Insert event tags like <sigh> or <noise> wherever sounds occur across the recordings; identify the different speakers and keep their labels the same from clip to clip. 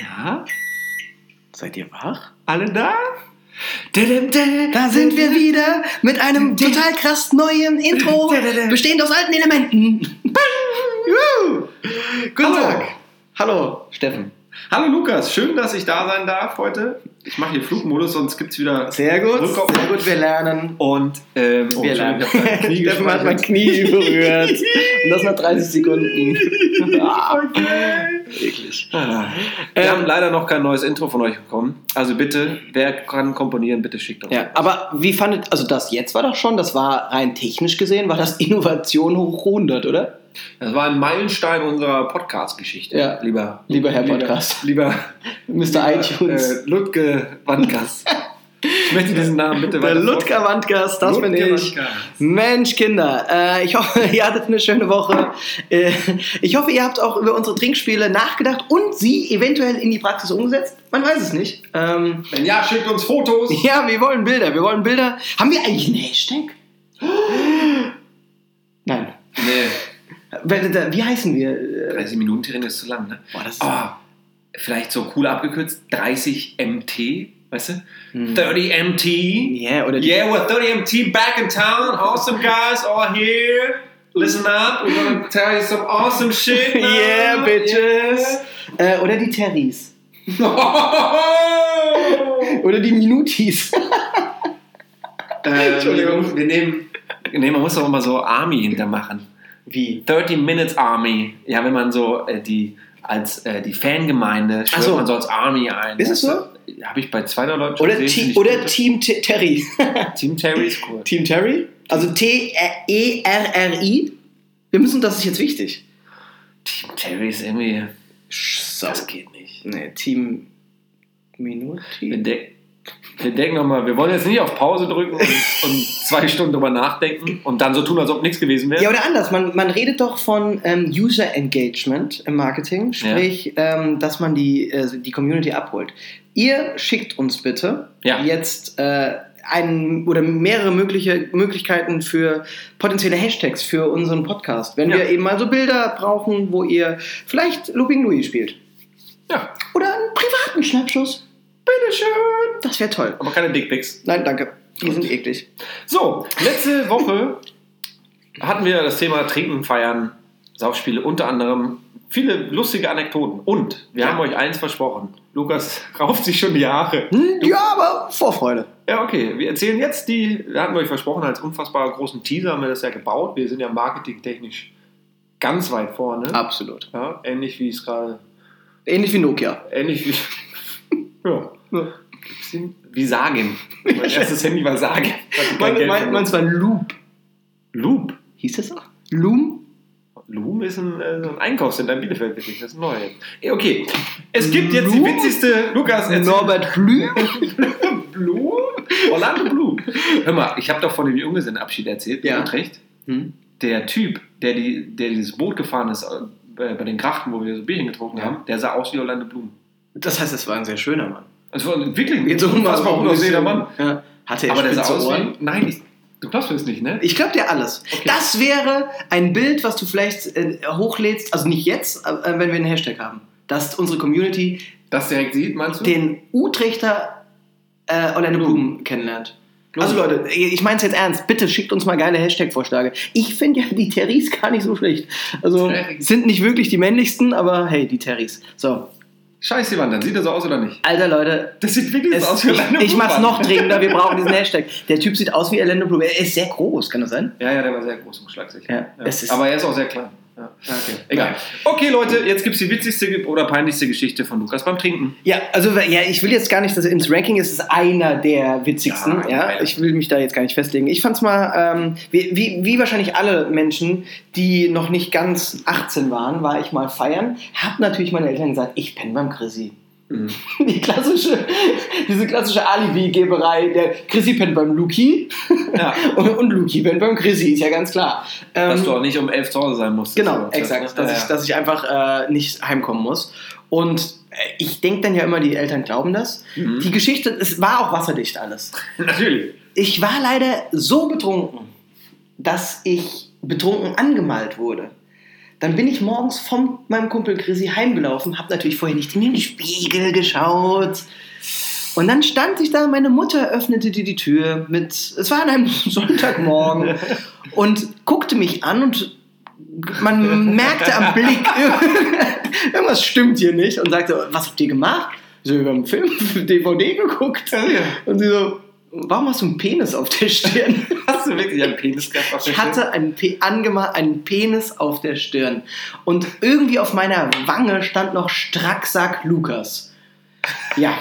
Speaker 1: Na,
Speaker 2: Seid ihr wach?
Speaker 1: alle da? Didim, didim,
Speaker 2: Da sind wir
Speaker 1: didim.
Speaker 2: wieder mit einem total krass neuen <laughs> Intro, bestehend aus alten Elementen.
Speaker 1: Juhu. Guten
Speaker 2: Hallo.
Speaker 1: Tag. Hallo,
Speaker 2: Steffen.
Speaker 1: Hallo Lukas, schön, dass ich da sein darf heute. Ich mache hier Flugmodus, sonst gibt es wieder.
Speaker 2: Sehr gut,
Speaker 1: Rückkopplung.
Speaker 2: sehr gut, wir lernen.
Speaker 1: Und, ähm, oh,
Speaker 2: wir
Speaker 1: Entschuldigung,
Speaker 2: lernen.
Speaker 1: ich hab dein Knie
Speaker 2: Steffen hat mein
Speaker 1: gespeichert.
Speaker 2: Knie berührt. Und das nach 30 Sekunden.
Speaker 1: Okay.
Speaker 2: Eklig.
Speaker 1: Ah. Wir
Speaker 2: Ähm,
Speaker 1: haben leider noch kein neues Intro von euch bekommen. Also bitte, wer kann komponieren, bitte schickt doch.
Speaker 2: <laughs> Ja, aber wie fandet, also das jetzt war doch schon, das war rein technisch gesehen, war das Innovation hoch 100, oder?
Speaker 1: Das war ein Meilenstein unserer Podcast-Geschichte,
Speaker 2: Ja.
Speaker 1: lieber,
Speaker 2: Lieber Herr Podcast.
Speaker 1: lieber
Speaker 2: Mr. iTunes.
Speaker 1: äh, Ludge
Speaker 2: <laughs>
Speaker 1: Wandgas. Ich möchte diesen Namen bitte
Speaker 2: Der
Speaker 1: weiter
Speaker 2: Ludger Wandgast, das bin
Speaker 1: Ludger
Speaker 2: ich.
Speaker 1: Wandgas.
Speaker 2: Mensch, Kinder, äh, ich hoffe, <laughs> ihr hattet eine schöne Woche. Äh, ich hoffe, ihr habt auch über unsere Trinkspiele nachgedacht und sie eventuell in die Praxis umgesetzt. Man weiß es nicht. Ähm,
Speaker 1: Wenn ja, schickt uns Fotos.
Speaker 2: <laughs> ja, wir wollen Bilder, wir wollen Bilder. Haben wir eigentlich einen Hashtag? <gasps> Nein.
Speaker 1: Nee,
Speaker 2: Weil, da- Wie heißen wir? Äh,
Speaker 1: 30 Minuten Terrain ist zu lang, ne?
Speaker 2: Boah, das ist
Speaker 1: Ah, vielleicht so cool abgekürzt, 30 MT, weißt du?
Speaker 2: Hm.
Speaker 1: 30 MT.
Speaker 2: Yeah, oder die,
Speaker 1: Yeah, we're 30 MT back in town. Awesome guys all here. Listen up, we're gonna tell you some awesome
Speaker 2: <laughs>
Speaker 1: shit. now.
Speaker 2: Yeah, bitches. Äh, oder die Terrys. <laughs>
Speaker 1: Yeah.
Speaker 2: Oder die Minutis. Entschuldigung.
Speaker 1: Entschuldigung, Ähm, wir nehmen. Nee, man muss doch immer so Army hintermachen.
Speaker 2: Wie?
Speaker 1: 30 Minutes Army. Ja, wenn man so äh, die als äh, die Fangemeinde
Speaker 2: Ach
Speaker 1: schwört
Speaker 2: so.
Speaker 1: man so als Army ein.
Speaker 2: <laughs> Ist es so?
Speaker 1: Habe ich bei 200 Leuten schon
Speaker 2: Oder,
Speaker 1: gesehen, finde
Speaker 2: Te
Speaker 1: ich
Speaker 2: oder
Speaker 1: gut.
Speaker 2: Team Te Terry.
Speaker 1: Team Terry ist cool.
Speaker 2: Team Terry? Also E, T-E-R-R-I? Wir müssen, das ist jetzt wichtig.
Speaker 1: Team Terry ist irgendwie.
Speaker 2: So.
Speaker 1: Das geht nicht.
Speaker 2: Nee, Team
Speaker 1: Wir,
Speaker 2: Minuti.
Speaker 1: de wir denken nochmal, wir wollen jetzt nicht auf Pause drücken und, und zwei Stunden drüber nachdenken und dann so tun, als ob nichts gewesen wäre.
Speaker 2: Ja, oder anders. Man, man redet doch von ähm, User Engagement im Marketing, sprich, ähm, dass man die, äh, die Community abholt. Ihr schickt uns bitte
Speaker 1: Ja.
Speaker 2: jetzt äh, einen oder mehrere mögliche Möglichkeiten für potenzielle Hashtags für unseren Podcast. Wenn
Speaker 1: Ja.
Speaker 2: wir eben mal so Bilder brauchen, wo ihr vielleicht Looping Louis spielt.
Speaker 1: Ja.
Speaker 2: Oder einen privaten Schnappschuss.
Speaker 1: Bitteschön.
Speaker 2: Das wäre toll.
Speaker 1: Aber keine Dickpics.
Speaker 2: Nein, danke. Die
Speaker 1: Gut.
Speaker 2: sind eklig.
Speaker 1: So, letzte Woche hatten wir das Thema Trinken, Feiern, Saufspiele, unter anderem viele lustige Anekdoten. Und wir
Speaker 2: Ja.
Speaker 1: haben euch eins versprochen. Lukas rauft sich schon die Haare.
Speaker 2: Hm, ja, aber Vorfreude.
Speaker 1: Ja, okay. Wir erzählen jetzt die, wir hatten euch versprochen, als unfassbar großen Teaser haben wir das ja gebaut. Wir sind ja marketingtechnisch ganz weit vorne.
Speaker 2: Absolut.
Speaker 1: Ja, ähnlich wie es gerade,
Speaker 2: Ähnlich wie Nokia.
Speaker 1: ähnlich wie, <laughs> ja, bisschen wie Sagen. <laughs> Mein erstes Handy war Sagen. Ich hatte kein
Speaker 2: Mein,
Speaker 1: Geld
Speaker 2: mein, meins war Loop.
Speaker 1: Loop.
Speaker 2: Hieß das auch? Loom?
Speaker 1: Loom ist ein, äh, so ein Einkaufscenter in Bielefeld, wirklich. Das ist neu. Eh, Okay, es gibt jetzt die
Speaker 2: Loom?
Speaker 1: witzigste Lukas erzähl-
Speaker 2: Norbert Blüm?
Speaker 1: Blum? Orlando Blum. Hör mal, ich habe doch von dem Junggesellenabschied erzählt,
Speaker 2: Ja.
Speaker 1: in Utrecht.
Speaker 2: Hm?
Speaker 1: Der Typ, der, die, der dieses Boot gefahren ist, äh, bei bei den Grachten, wo wir so Bierchen getrunken
Speaker 2: Ja.
Speaker 1: haben, der sah aus wie Orlando Blum.
Speaker 2: Das heißt, es war ein sehr schöner Mann.
Speaker 1: Also wirklich ein
Speaker 2: Jetzt um
Speaker 1: unfassbar unaussehender Mann.
Speaker 2: Ja. Hatte er
Speaker 1: Aber der sah
Speaker 2: spitze
Speaker 1: aus
Speaker 2: Ohren?
Speaker 1: wie... Nein, ich- du glaubst mir das nicht, ne?
Speaker 2: Ich glaube dir alles.
Speaker 1: Okay.
Speaker 2: Das wäre ein Bild, was du vielleicht äh, hochlädst, also nicht jetzt, aber, äh, wenn wir einen Hashtag haben. Dass unsere Community
Speaker 1: Das direkt sieht, meinst du?
Speaker 2: den Utrechter äh, Orlando Bloom kennenlernt. Also Leute, ich meine es jetzt ernst. Bitte schickt uns mal geile Hashtag-Vorschläge. Ich finde ja die Terrys <laughs> gar nicht so schlecht. Also
Speaker 1: Terrys.
Speaker 2: sind nicht wirklich die männlichsten, aber hey, die Terrys. So,
Speaker 1: Scheiß die Wand, dann sieht er so aus oder nicht?
Speaker 2: alter Leute,
Speaker 1: Das sieht wirklich
Speaker 2: es,
Speaker 1: so aus wie
Speaker 2: ich,
Speaker 1: Orlando
Speaker 2: ich
Speaker 1: Bloom,
Speaker 2: mach's
Speaker 1: Mann.
Speaker 2: noch dringender. Wir
Speaker 1: <laughs>
Speaker 2: brauchen diesen Hashtag. Der Typ sieht aus wie Orlando Bloom. Er ist sehr groß, kann das sein?
Speaker 1: Ja, ja, der war sehr groß und schlagsig.
Speaker 2: Ja, es ist-
Speaker 1: Aber er ist auch sehr klein. Ja.
Speaker 2: Okay.
Speaker 1: Egal. Okay, Leute, jetzt gibt es die witzigste ge- oder peinlichste Geschichte von Lukas beim Trinken.
Speaker 2: Ja, also ja, ich will jetzt gar nicht, dass er ins Ranking ist, es ist einer der witzigsten.
Speaker 1: Ja,
Speaker 2: Ja,
Speaker 1: einer.
Speaker 2: ich will mich da jetzt gar nicht festlegen. Ich fand's mal, ähm, wie, wie, wie wahrscheinlich alle Menschen, die noch nicht ganz 18 waren, war ich mal feiern, hab natürlich meine Eltern gesagt, ich penne beim Chrissy.
Speaker 1: Mhm.
Speaker 2: <laughs> Die klassische, diese klassische Alibi-Geberei, der Chrissy pennt beim Luki
Speaker 1: Ja.
Speaker 2: <laughs> und, und Luki pennt beim Chrissy, ist ja ganz klar. Ähm,
Speaker 1: Dass du auch nicht um elf zu Hause sein musst.
Speaker 2: Genau,
Speaker 1: ne?
Speaker 2: exakt. Dass, ich, dass ich einfach äh, nicht heimkommen muss. Und äh, ich denke dann ja immer, die Eltern glauben das.
Speaker 1: Mhm.
Speaker 2: Die Geschichte, es war auch wasserdicht alles.
Speaker 1: <laughs> Natürlich.
Speaker 2: Ich war leider so betrunken, dass ich betrunken angemalt wurde. Dann bin ich morgens von meinem Kumpel Chrissy heimgelaufen, habe natürlich vorher nicht in den Spiegel geschaut. Und dann stand ich da, meine Mutter öffnete die, die Tür mit, es war an einem <laughs> Sonntagmorgen und guckte mich an und man merkte am Blick, <laughs> irgendwas stimmt hier nicht und sagte, was habt ihr gemacht? Ich so, wir haben einen Film, DVD geguckt. Und sie so, warum hast du einen Penis auf der Stirn?
Speaker 1: Hast du wirklich einen Penis gehabt auf der
Speaker 2: Ich
Speaker 1: Stirn?
Speaker 2: hatte einen, Pe angema- einen Penis auf der Stirn. Und irgendwie auf meiner Wange stand noch Stracksack Lukas. Ja.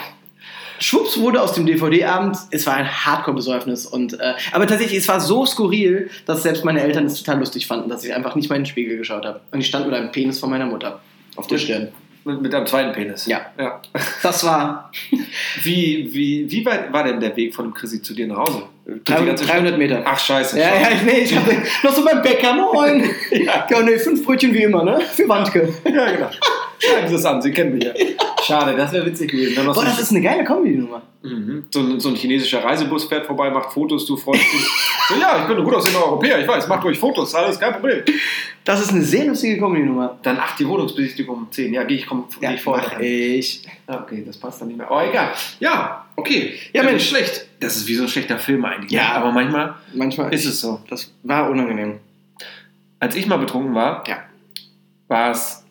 Speaker 2: Schwupps wurde aus dem DVD-Abend, es war ein Hardcore-Besäufnis. Und, äh, aber tatsächlich, es war so skurril, dass selbst meine Eltern es total lustig fanden, dass ich einfach nicht mal in den Spiegel geschaut habe. Und ich stand mit einem Penis von meiner Mutter auf der Stirn.
Speaker 1: Mit, mit einem zweiten Penis.
Speaker 2: Ja.
Speaker 1: ja.
Speaker 2: Das war
Speaker 1: Wie, wie, wie weit war denn der Weg von dem Chrissy zu dir nach Hause? Durch die
Speaker 2: 300,
Speaker 1: ganze Stadt?
Speaker 2: 300 Meter.
Speaker 1: Ach, scheiße.
Speaker 2: Ja,
Speaker 1: schau.
Speaker 2: ja, nee, ich hab noch so beim Bäcker, moin. <laughs> Ja. ne, fünf Brötchen wie immer, ne? Für Wandke.
Speaker 1: <laughs> Ja, genau. Schreiben Sie es an, Sie kennen mich ja. Schade, das wäre witzig gewesen. Dann noch
Speaker 2: Boah,
Speaker 1: so,
Speaker 2: das ist eine geile Kombi, die Nummer.
Speaker 1: Mhm. so, ein, so ein chinesischer Reisebus fährt vorbei, macht Fotos, du freust dich. So, ja, ich bin ein gut aussehender Europäer, ich weiß, macht ruhig Fotos, alles kein Problem.
Speaker 2: Das ist eine sehr lustige Kombi, die Nummer.
Speaker 1: Dann ach, die Wohnungsbesichtigung um 10. Ja, gehe ich, komm, geh ich vorher
Speaker 2: mach
Speaker 1: rein.
Speaker 2: ich.
Speaker 1: Ja, Okay, das passt dann nicht mehr. Aber egal. Ja, okay.
Speaker 2: Ja, Mensch.
Speaker 1: schlecht. Das ist wie so ein schlechter Film eigentlich. ne?
Speaker 2: Ja.
Speaker 1: aber manchmal
Speaker 2: Manchmal
Speaker 1: ist es so.
Speaker 2: Das war unangenehm.
Speaker 1: Als ich mal betrunken war,
Speaker 2: Ja.
Speaker 1: war es.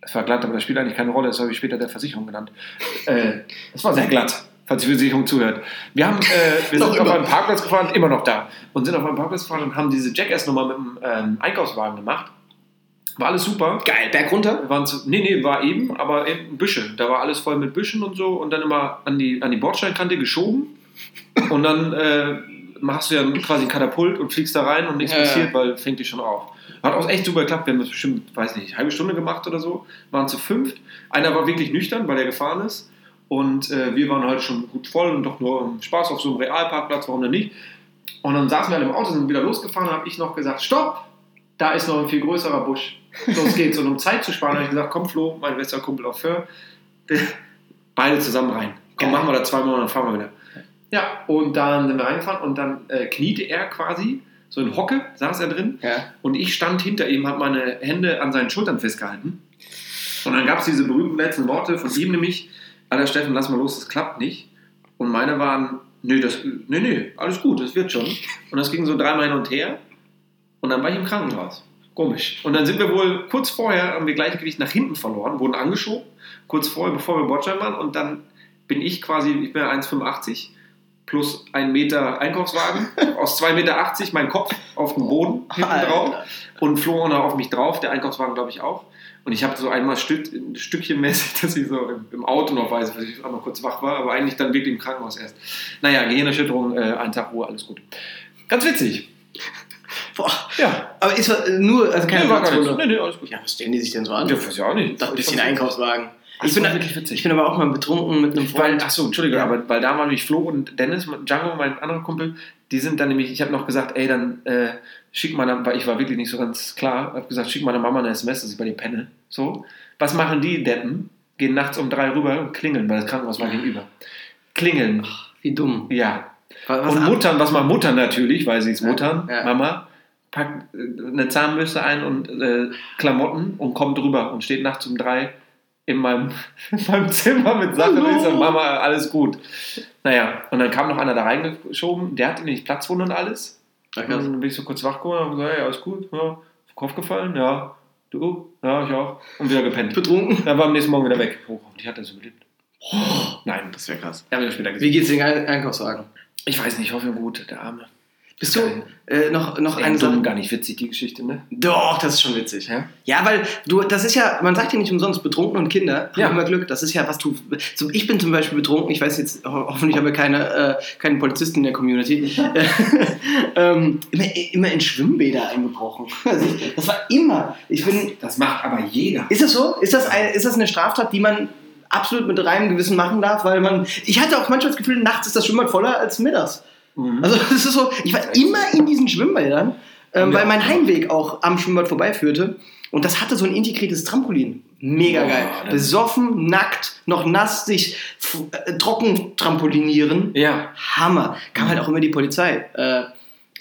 Speaker 1: Es war glatt, aber das spielt eigentlich keine Rolle. Das habe ich später der Versicherung genannt. Äh, es war sehr glatt, falls die Versicherung zuhört. Wir, haben, äh, wir
Speaker 2: Noch
Speaker 1: sind auf
Speaker 2: immer.
Speaker 1: einem Parkplatz gefahren, immer noch da. Und sind auf einem Parkplatz gefahren und haben diese Jackass-Nummer mit dem ähm, Einkaufswagen gemacht. War alles super.
Speaker 2: Geil, Berg runter.
Speaker 1: Wir waren zu, nee, nee, war eben, aber in Büscheln. Da war alles voll mit Büschen und so und dann immer an die, an die Bordsteinkante geschoben und dann äh, machst du ja quasi ein Katapult und fliegst da rein und nichts
Speaker 2: Ja, ja.
Speaker 1: passiert, weil fängt dich schon auf. Hat auch echt super geklappt. Wir haben das bestimmt, weiß nicht, eine halbe Stunde gemacht oder so. Waren zu fünft. Einer war wirklich nüchtern, weil er gefahren ist. Und äh, wir waren halt schon gut voll und doch nur ähm, Spaß auf so einem Realparkplatz, warum denn nicht? Und dann saßen wir alle im Auto, sind wieder losgefahren und habe ich noch gesagt, stopp, da ist noch ein viel größerer Busch. Los geht's. Und um Zeit zu sparen, habe ich gesagt, komm Flo, mein bester Kumpel auf Föhr, beide zusammen rein. Komm,
Speaker 2: Geil.
Speaker 1: machen wir da zweimal und dann fahren wir wieder. Ja, und dann sind wir reingefahren und dann äh, kniete er quasi, so in Hocke saß er drin
Speaker 2: Ja.
Speaker 1: und ich stand hinter ihm, habe meine Hände an seinen Schultern festgehalten. Und dann gab es diese berühmten letzten Worte von ihm, nämlich, Alter Steffen, lass mal los, das klappt nicht. Und meine waren, nee, das, nee, nee, alles gut, das wird schon. Und das ging so dreimal hin und her. Und dann war ich im Krankenhaus. Komisch. Und dann sind wir wohl, kurz vorher haben wir Gleichgewicht nach hinten verloren, wurden angeschoben, kurz vorher, bevor wir Bordschein waren. Und dann bin ich quasi, ich bin ja 1,85 plus ein Meter Einkaufswagen, aus 2,80 Meter mein Kopf auf dem Boden hinten
Speaker 2: Alter.
Speaker 1: drauf und Flo auch noch auf mich drauf, der Einkaufswagen glaube ich auch. Und ich habe so einmal Stück, ein Stückchen mäßig, <laughs> dass ich so im, im Auto noch weiß, weil ich einmal kurz wach war, aber eigentlich dann wirklich im Krankenhaus erst. Naja, Gehirnerschütterung, äh, ein Tag Ruhe, alles gut. Ganz witzig.
Speaker 2: Boah.
Speaker 1: Ja.
Speaker 2: Aber ist war- äh, nur, also keine
Speaker 1: Nee, war gar nichts.
Speaker 2: Platzwunde.
Speaker 1: Nee, nee, alles gut.
Speaker 2: Ja, was stellen die sich denn so
Speaker 1: Ja,
Speaker 2: an?
Speaker 1: weiß ich auch nicht.
Speaker 2: Doch, ein bisschen
Speaker 1: Ich fand's-
Speaker 2: Einkaufswagen. Ich
Speaker 1: Das
Speaker 2: bin,
Speaker 1: war wirklich witzig.
Speaker 2: ich bin aber auch mal betrunken mit einem
Speaker 1: Weil,
Speaker 2: Freund.
Speaker 1: ach so, Entschuldigung,
Speaker 2: Ja.
Speaker 1: aber weil da waren nämlich Flo und Dennis, Django, mein anderer Kumpel, die sind dann nämlich, ich habe noch gesagt, ey, dann äh, schick meiner, weil ich war wirklich nicht so ganz klar, habe gesagt, schick meiner Mama eine SMS, dass ich bei dir penne. So, was machen die Deppen? Gehen nachts um drei rüber und klingeln, weil das Krankenhaus war gegenüber. Klingeln,
Speaker 2: Wie dumm.
Speaker 1: ja.
Speaker 2: Was
Speaker 1: und
Speaker 2: an-
Speaker 1: Muttern, was machen Muttern natürlich, weil sie es Muttern,
Speaker 2: ja.
Speaker 1: Mama, packt äh, eine Zahnbürste ein und äh, Klamotten und kommt rüber und steht nachts um drei in meinem, <laughs> in meinem Zimmer mit Sachen
Speaker 2: Hallo.
Speaker 1: und ich sag, Mama, alles gut. Naja, und dann kam noch einer da reingeschoben, der hatte nämlich Platzwunde und alles.
Speaker 2: Ja,
Speaker 1: Und dann
Speaker 2: krass.
Speaker 1: bin ich so kurz wach geworden und gesagt, hey, alles gut, ja, auf den Kopf gefallen, ja, du, ja, ich auch. Und wieder gepennt.
Speaker 2: Betrunken?
Speaker 1: Dann war am nächsten Morgen wieder weg. Oh, hoffentlich hat er es überlebt. Nein, das
Speaker 2: Das wäre krass.
Speaker 1: habe ich später gesehen.
Speaker 2: Wie geht's den Ein- Einkaufswagen?
Speaker 1: Ich weiß nicht, ich hoffe gut, der Arme.
Speaker 2: Bist du äh, noch, noch
Speaker 1: Ey,
Speaker 2: eine Sache?
Speaker 1: dumm, gar nicht witzig, die Geschichte, ne?
Speaker 2: Doch, das ist schon witzig.
Speaker 1: Ja?
Speaker 2: Ja, weil du, das ist ja, man sagt ja nicht umsonst, betrunken und Kinder haben
Speaker 1: Ja.
Speaker 2: immer Glück. Das ist ja, was du. zum- Ich bin zum Beispiel betrunken, ich weiß jetzt, ho hoffentlich habe ich keine, äh, keinen Polizisten in der Community. Äh, ähm, immer, immer in Schwimmbäder eingebrochen. <laughs> Also ich, das war immer. Ich bin.
Speaker 1: Das macht aber jeder.
Speaker 2: Ist das so? Ist das, ein, ist das eine Straftat, die man absolut mit reinem Gewissen machen darf? Weil man. Ich hatte auch manchmal das Gefühl, nachts ist das Schwimmbad voller als mittags.
Speaker 1: Mhm.
Speaker 2: Also <laughs> es ist so, ich war immer in diesen Schwimmbädern, ähm,
Speaker 1: Ja.
Speaker 2: weil mein Heimweg auch am Schwimmbad vorbeiführte. Und das hatte so ein integriertes Trampolin. Mega
Speaker 1: Boah,
Speaker 2: geil.
Speaker 1: das-
Speaker 2: Besoffen, nackt, noch nass, sich f- äh, trocken trampolinieren.
Speaker 1: Ja.
Speaker 2: Hammer. Kam halt auch immer die Polizei. Äh,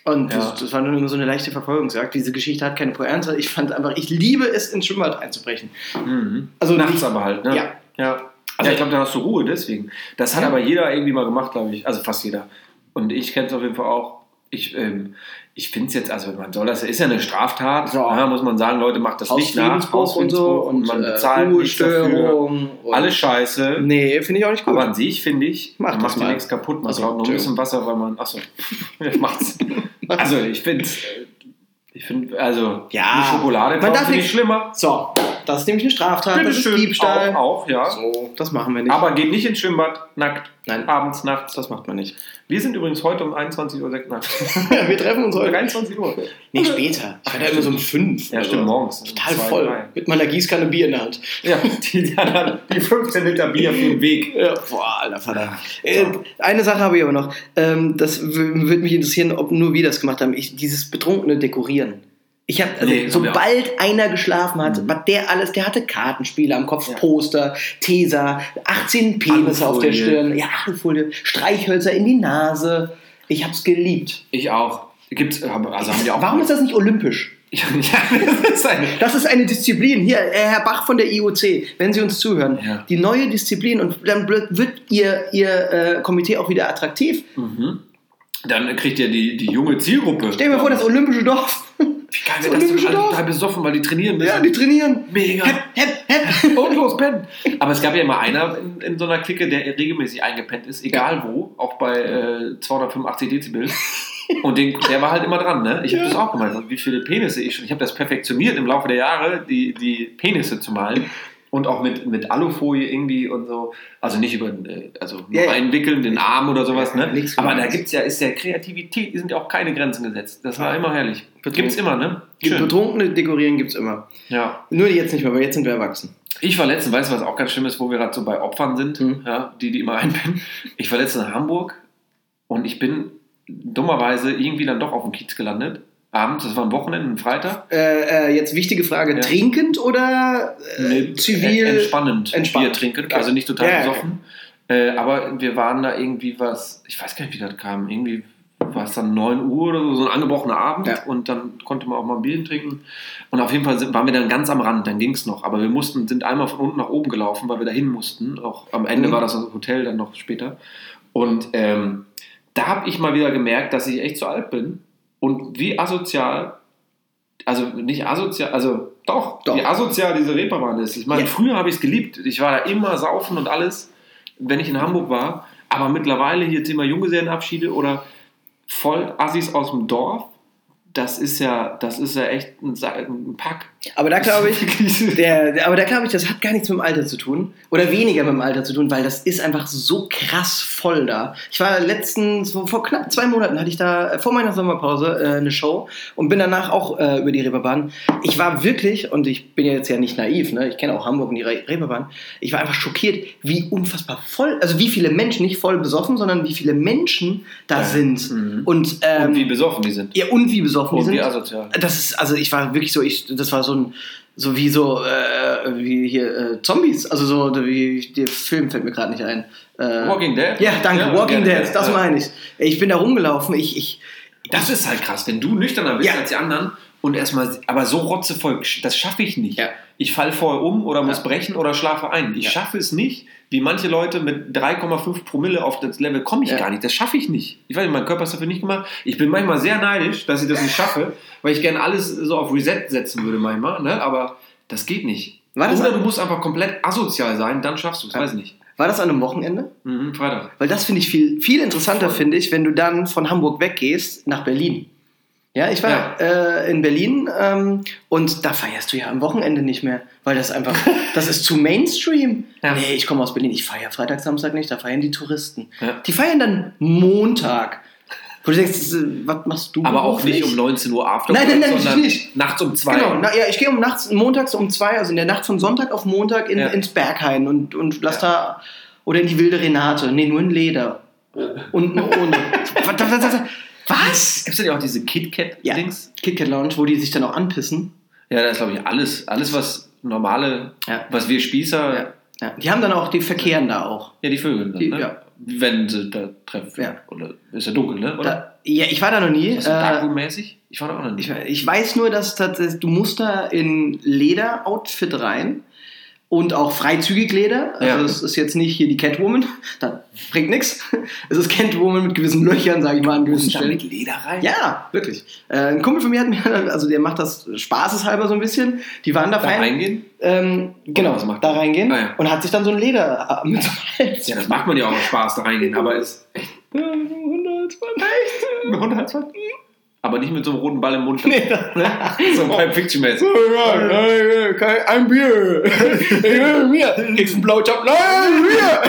Speaker 2: Und
Speaker 1: Mhm. Ja.
Speaker 2: das, das war nur immer so eine leichte Verfolgungsjagd. Diese Geschichte hat keine Pointe. Ich fand einfach, ich liebe es, ins Schwimmbad einzubrechen.
Speaker 1: Mhm.
Speaker 2: Also
Speaker 1: Nachts
Speaker 2: nicht-
Speaker 1: aber halt, ne?
Speaker 2: Ja.
Speaker 1: ja.
Speaker 2: Also-
Speaker 1: ja, ich glaube, da hast du Ruhe deswegen. Das hat
Speaker 2: Ja.
Speaker 1: aber jeder irgendwie mal gemacht, glaube ich. Also fast jeder. Und ich kenne es auf jeden Fall auch. Ich, ähm, ich finde es jetzt, also man soll das, ist ja eine Straftat,
Speaker 2: Ja.
Speaker 1: ja, muss man sagen, Leute, macht das nicht nach.
Speaker 2: Hausfriedensbruch und so.
Speaker 1: Hausfriedensbruch
Speaker 2: Und
Speaker 1: man
Speaker 2: äh,
Speaker 1: bezahlt nichts dafür.
Speaker 2: Ruhestörung. und-
Speaker 1: Alles scheiße.
Speaker 2: Nee, finde ich auch nicht gut.
Speaker 1: Aber an sich finde ich,
Speaker 2: Mach
Speaker 1: man
Speaker 2: das
Speaker 1: macht ja
Speaker 2: mal.
Speaker 1: nichts kaputt. Man
Speaker 2: Also,
Speaker 1: braucht noch ein bisschen Wasser, weil man. Achso, <laughs> macht's. Also ich finde Ich finde, also
Speaker 2: Ja.
Speaker 1: eine Schokolade
Speaker 2: Man
Speaker 1: kaufen
Speaker 2: darf
Speaker 1: finde ich
Speaker 2: nicht-
Speaker 1: schlimmer.
Speaker 2: so, das ist nämlich eine Straftat. das ist
Speaker 1: Bitteschön.
Speaker 2: Diebstahl.
Speaker 1: Auch, auch, ja.
Speaker 2: So, das machen wir nicht.
Speaker 1: Aber geht nicht ins Schwimmbad, nackt,
Speaker 2: Nein.
Speaker 1: abends, nachts.
Speaker 2: das macht man nicht.
Speaker 1: Wir sind übrigens heute um 21 Uhr,
Speaker 2: <laughs>
Speaker 1: nackt.
Speaker 2: wir treffen uns heute.
Speaker 1: 23 Uhr.
Speaker 2: Nee, später. Ich war da immer so um fünf.
Speaker 1: Ja,
Speaker 2: oder
Speaker 1: stimmt,
Speaker 2: so.
Speaker 1: morgens. um
Speaker 2: Total
Speaker 1: Zwei,
Speaker 2: voll.
Speaker 1: drei.
Speaker 2: Mit meiner Gießkanne Bier in der Hand.
Speaker 1: Ja, die, die 15 Liter Bier auf dem Weg.
Speaker 2: Ja, boah, alter Vater. Äh, eine Sache habe ich aber noch. Ähm, das w- würde mich interessieren, ob nur wir das gemacht haben. Ich, dieses betrunkene Dekorieren. Ich habe, also,
Speaker 1: Nee, haben wir auch.
Speaker 2: sobald einer geschlafen hat,
Speaker 1: Mhm.
Speaker 2: was der alles, der hatte Kartenspiele am Kopf,
Speaker 1: Ja.
Speaker 2: Poster, Teser, 18 Penisse auf der
Speaker 1: Alufolie.
Speaker 2: Stirn, ja, Alufolie, Streichhölzer in die Nase. Ich habe es geliebt.
Speaker 1: Ich auch. Gibt's, hab- also haben die auch.
Speaker 2: Warum ist das nicht olympisch?
Speaker 1: <laughs> Ja, das ist eine.
Speaker 2: Das ist eine Disziplin. Hier, äh, Herr Bach von der IOC, wenn Sie uns zuhören,
Speaker 1: Ja.
Speaker 2: die neue Disziplin und dann wird Ihr, ihr äh, Komitee auch wieder attraktiv.
Speaker 1: Mhm. Dann kriegt ihr die, die junge Zielgruppe.
Speaker 2: Stell dir mal vor, das olympische Dorf.
Speaker 1: Wie geil
Speaker 2: das
Speaker 1: wäre das
Speaker 2: Olympische
Speaker 1: denn? Alle
Speaker 2: Dorf.
Speaker 1: total besoffen, weil die trainieren müssen.
Speaker 2: Ja, die trainieren. <laughs>
Speaker 1: Mega.
Speaker 2: Hep, hep, hep.
Speaker 1: Und los, pennen. Aber es gab ja immer einer in, in so einer Clique, der regelmäßig eingepennt ist, egal wo, auch bei äh, 285 Dezibel. Und den, der war halt immer dran, ne? Ich habe
Speaker 2: Ja.
Speaker 1: das auch gemeint, wie viele Penisse ich schon. Ich habe das perfektioniert im Laufe der Jahre, die, die Penisse zu malen. Und auch mit, mit Alufolie irgendwie und so. Also nicht über, äh, also nur
Speaker 2: Ja, ja.
Speaker 1: einwickeln, den Arm oder sowas,
Speaker 2: Ja,
Speaker 1: ne?
Speaker 2: nichts
Speaker 1: Aber da
Speaker 2: gemacht.
Speaker 1: gibt's ja, ist ja Kreativität, sind ja auch keine Grenzen gesetzt. Das war immer herrlich.
Speaker 2: Betrunken.
Speaker 1: Gibt's immer, ne? Schön.
Speaker 2: Betrunkene dekorieren gibt es immer.
Speaker 1: Ja.
Speaker 2: Nur jetzt nicht mehr, weil jetzt sind wir erwachsen.
Speaker 1: Ich war letztens, weißt du, was auch ganz schlimm ist, wo wir gerade so bei Opfern sind,
Speaker 2: Mhm.
Speaker 1: ja, die, die immer einbinden. Ich war letztens in Hamburg und ich bin dummerweise irgendwie dann doch auf dem Kiez gelandet. Abends, das war ein Wochenende, ein Freitag.
Speaker 2: Äh, äh, jetzt wichtige Frage:
Speaker 1: Ja.
Speaker 2: Trinkend oder äh,
Speaker 1: Nee,
Speaker 2: zivil?
Speaker 1: en- entspannend,
Speaker 2: entspannt.
Speaker 1: Bier trinken,
Speaker 2: Okay.
Speaker 1: also nicht total
Speaker 2: Ja, ja,
Speaker 1: besoffen. Äh, aber wir waren da irgendwie was, ich weiß gar nicht, wie das kam, irgendwie war es dann 9 Uhr oder so, so ein angebrochener Abend
Speaker 2: Ja.
Speaker 1: und dann konnte man auch mal ein Bier trinken. Und auf jeden Fall sind, waren wir dann ganz am Rand, dann ging es noch. Aber wir mussten, sind einmal von unten nach oben gelaufen, weil wir dahin mussten. Auch am Ende
Speaker 2: Mhm.
Speaker 1: war das Hotel dann noch später. Und ähm, da habe ich mal wieder gemerkt, dass ich echt zu alt bin und wie asozial, also nicht asozial, also doch,
Speaker 2: Doch.
Speaker 1: wie asozial diese Reeperbahn ist. Ich meine,
Speaker 2: Ja.
Speaker 1: früher habe ich es geliebt. Ich war da immer saufen und alles, wenn ich in Hamburg war. Aber mittlerweile hier Thema Junggesellenabschiede oder voll Assis aus dem Dorf, das ist ja, das ist ja echt ein, Sa- ein Pack.
Speaker 2: Aber da
Speaker 1: <laughs>
Speaker 2: glaube ich,
Speaker 1: ich.
Speaker 2: Der, der- aber da glaube ich, das hat gar nichts mit dem Alter zu tun. Oder weniger mit dem Alter zu tun, weil das ist einfach so krass voll da. Ich war letztens, vor- vor knapp zwei Monaten hatte ich da äh, vor meiner Sommerpause äh, eine Show und bin danach auch äh, über die Reeperbahn. Ich war wirklich, und ich bin ja jetzt ja nicht naiv, ne? ich kenne auch Hamburg und die Re Reeperbahn, ich war einfach schockiert, wie unfassbar voll, also wie viele Menschen, nicht voll besoffen, sondern wie viele Menschen da
Speaker 1: Ja.
Speaker 2: sind.
Speaker 1: Mhm.
Speaker 2: Und, ähm,
Speaker 1: und wie besoffen die sind.
Speaker 2: ja, und wie besoffen die
Speaker 1: Und
Speaker 2: sind.
Speaker 1: wie asozial.
Speaker 2: Das ist, also ich war wirklich so, ich, das war so ein, so wie so, äh, wie hier äh, Zombies, also so, wie der Film fällt mir gerade nicht ein. Äh,
Speaker 1: Walking Dead?
Speaker 2: ja, danke, Walking
Speaker 1: gerne,
Speaker 2: Dead,
Speaker 1: ja.
Speaker 2: das meine ich. Ich bin da rumgelaufen, ich, ich,
Speaker 1: Das ist halt krass, wenn du nüchterner bist
Speaker 2: Ja.
Speaker 1: als die anderen und erstmal, aber so rotzevoll, das schaffe ich nicht.
Speaker 2: Ja.
Speaker 1: Ich falle vorher um oder muss
Speaker 2: Ja.
Speaker 1: brechen oder schlafe ein. Ich
Speaker 2: Ja.
Speaker 1: schaffe es nicht, wie manche Leute mit 3,5 Promille auf das Level komme ich
Speaker 2: Ja.
Speaker 1: gar nicht. Das schaffe ich nicht. Ich weiß nicht, mein Körper ist dafür nicht gemacht. Ich bin manchmal sehr neidisch, dass ich das nicht
Speaker 2: <laughs>
Speaker 1: schaffe, weil ich gerne alles so auf Reset setzen würde manchmal, ne? aber das geht nicht.
Speaker 2: War das-
Speaker 1: oder du musst einfach komplett asozial sein, dann schaffst du es.
Speaker 2: Ja.
Speaker 1: Weiß nicht.
Speaker 2: war das an einem Wochenende?
Speaker 1: Mhm, Freitag.
Speaker 2: Weil das finde ich viel, viel interessanter, finde ich, wenn du dann von Hamburg weggehst nach Berlin. Ja, ich war Äh, in Berlin ähm, und da feierst du ja am Wochenende nicht mehr, weil das
Speaker 1: <laughs>
Speaker 2: einfach, das ist zu Mainstream.
Speaker 1: Ja.
Speaker 2: Nee, ich komme aus Berlin, ich feiere Freitag, Samstag nicht, da feiern die Touristen.
Speaker 1: Ja.
Speaker 2: Die feiern dann Montag. Wo du denkst, das ist, äh, was machst du?
Speaker 1: Aber auch nicht um
Speaker 2: beruflich?
Speaker 1: 19 Uhr After
Speaker 2: Nein, nein, nein,
Speaker 1: sondern
Speaker 2: nicht.
Speaker 1: nachts um 2
Speaker 2: Genau, na, ja, ich gehe um nachts, montags um zwei, also in der Nacht von Sonntag auf Montag in,
Speaker 1: Ja.
Speaker 2: ins Berghain und, und lass da, oder in die wilde Renate, nee, nur in Leder. Unten
Speaker 1: <laughs>
Speaker 2: ohne. Was- was- was- Was?
Speaker 1: Gibt es denn auch diese KitKat-Dings?
Speaker 2: KitKat Lounge, wo die sich dann auch anpissen.
Speaker 1: Ja, da ist, glaube ich, alles, alles, was normale,
Speaker 2: Ja.
Speaker 1: was wir Spießer
Speaker 2: Ja. Ja, die haben dann auch, die verkehren da auch.
Speaker 1: Ja, die Vögel. Dann,
Speaker 2: Die-
Speaker 1: ne?
Speaker 2: ja.
Speaker 1: Wenn sie da treffen.
Speaker 2: Ja.
Speaker 1: Oder ist ja dunkel, ne? Oder?
Speaker 2: Da, ja, ich war da noch nie.
Speaker 1: ist das
Speaker 2: Äh,
Speaker 1: Darkroom-mäßig? Ich war da auch noch
Speaker 2: ich,
Speaker 1: nicht.
Speaker 2: ich weiß nur, dass, dass du musst da in Leder-Outfit rein und auch freizügig Leder. Also
Speaker 1: Ja.
Speaker 2: es ist jetzt nicht hier die Catwoman, <laughs> da bringt nichts. <laughs> Es ist Catwoman mit gewissen Löchern, sage ich mal, an gewissen Stellen.
Speaker 1: Leder rein? Ja.
Speaker 2: Ja, wirklich. Äh, ein Kumpel von mir hat mir, <laughs> also der macht das spaßeshalber so ein bisschen. Die waren da,
Speaker 1: Da
Speaker 2: rein,
Speaker 1: reingehen?
Speaker 2: ähm, genau,
Speaker 1: Was macht
Speaker 2: da reingehen
Speaker 1: Ah, ja.
Speaker 2: und hat sich dann so ein Leder äh, mit so einem Hals. <laughs>
Speaker 1: Ja, das macht man ja auch aus Spaß, da reingehen. Aber ist
Speaker 2: 120. <laughs>
Speaker 1: aber nicht mit so einem roten Ball im Mund.
Speaker 2: Nee, das-
Speaker 1: so ein Pulp Fiction-mäßig.
Speaker 2: <laughs> Ein <laughs> Bier. Ich will mir. Kriegst einen Blowjob. Nein, <laughs> Bier.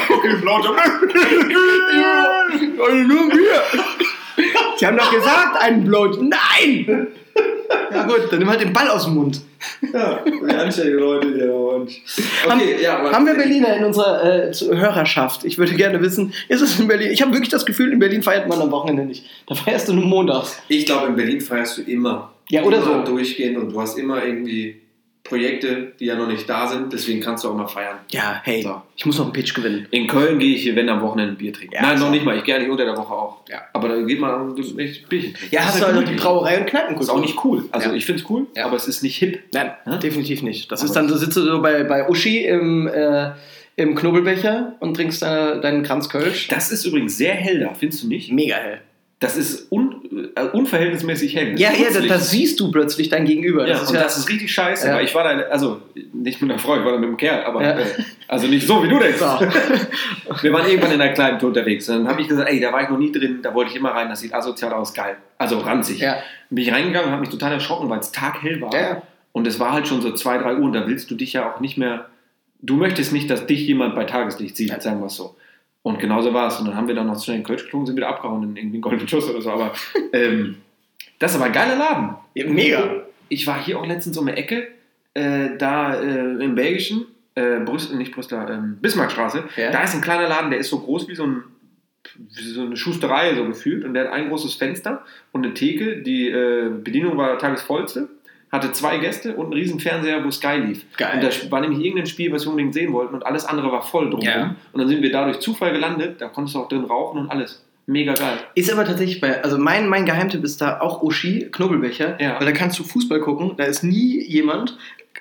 Speaker 2: Nur Bier. Sie haben doch gesagt, einen Blowjob. Nein. Ja gut, dann nimm halt den Ball aus dem Mund.
Speaker 3: Ja, wie anständige Leute hier. Mensch. Okay, ja, aber-
Speaker 2: Haben wir Berliner in unserer äh, Hörerschaft? Ich würde gerne wissen, ist es in Berlin? Ich habe wirklich das Gefühl, in Berlin feiert man am Wochenende nicht. Da feierst du nur montags.
Speaker 3: Ich glaube, in Berlin feierst du immer.
Speaker 2: Ja, oder
Speaker 3: immer
Speaker 2: so.
Speaker 3: durchgehend und du hast immer irgendwie Projekte, die ja noch nicht da sind, deswegen kannst du auch mal feiern.
Speaker 2: Ja, hey,
Speaker 3: So.
Speaker 2: ich muss noch einen Pitch gewinnen.
Speaker 1: In Köln gehe ich hier, wenn am Wochenende ein Bier trinken.
Speaker 2: Ja,
Speaker 1: Nein, noch
Speaker 2: so.
Speaker 1: nicht mal. Ich gehe eigentlich unter der Woche auch.
Speaker 2: Ja.
Speaker 1: Aber da geht man echt Bierchen trinken.
Speaker 2: Ja,
Speaker 1: Das
Speaker 2: hast
Speaker 1: ist
Speaker 2: du also die
Speaker 1: gemütlich.
Speaker 2: Brauerei und Kneipen
Speaker 1: Ist auch nicht cool. Also
Speaker 2: Ja.
Speaker 1: ich finde es cool,
Speaker 2: Ja.
Speaker 1: aber es ist nicht hip.
Speaker 2: Nein,
Speaker 1: Ja?
Speaker 2: definitiv nicht. Das ist dann so, sitzt du so bei, bei Uschi im, äh, im Knobelbecher und trinkst deine, deinen Kranz Kölsch.
Speaker 1: Das ist übrigens sehr hell da, findest du nicht?
Speaker 2: Mega hell.
Speaker 1: Das ist un, äh, unverhältnismäßig hell.
Speaker 2: Ja, ja, da,
Speaker 1: Putzlicht.
Speaker 2: da siehst du plötzlich dein Gegenüber.
Speaker 1: Ja, und das ist richtig scheiße,
Speaker 2: Ja.
Speaker 1: weil ich war da, also nicht mit einer Frau, ich war da mit einem Kerl, aber
Speaker 2: Ja.
Speaker 1: äh, also nicht so wie du denkst.
Speaker 2: so.
Speaker 1: <laughs> Wir waren irgendwann in einer Kneipe unterwegs und dann habe ich gesagt, ey, da war ich noch nie drin, da wollte ich immer rein, das sieht asozial aus, geil. Also ranzig.
Speaker 2: ja.
Speaker 1: Bin ich reingegangen und habe mich total erschrocken, weil es taghell war.
Speaker 2: Ja.
Speaker 1: Und es war halt schon so 2, 3 Uhr und da willst du dich ja auch nicht mehr, du möchtest nicht, dass dich jemand bei Tageslicht sieht,
Speaker 2: Ja.
Speaker 1: sagen wir es so. Und genau so war es. Und dann haben wir dann noch schnell in Kölsch getrunken, sind wieder abgehauen in irgendwie einen goldenen Schuss oder so. Aber ähm, das ist aber ein geiler Laden.
Speaker 2: Ja, Mega.
Speaker 1: Ich war hier auch letztens um eine Ecke, äh, da äh, im Belgischen, äh, Brüssel, nicht Brüsseler, ähm, Bismarckstraße.
Speaker 2: Ja.
Speaker 1: Da ist ein kleiner Laden, der ist so groß wie so, ein, wie so eine Schusterei so gefühlt. Und der hat ein großes Fenster und eine Theke. Die äh, Bedienung war tagesvollste, hatte zwei Gäste und einen riesen Fernseher, wo Sky lief.
Speaker 2: Geil.
Speaker 1: Und da war nämlich irgendein Spiel, was wir unbedingt sehen wollten und alles andere war voll drumherum.
Speaker 2: Ja.
Speaker 1: Und dann sind wir dadurch Zufall gelandet. Da konntest du auch drin rauchen und alles. Mega geil.
Speaker 2: Ist aber tatsächlich bei, also mein, mein Geheimtipp ist da auch Uschi, Knobelbecher,
Speaker 1: Ja.
Speaker 2: weil da kannst du Fußball gucken, da ist nie jemand.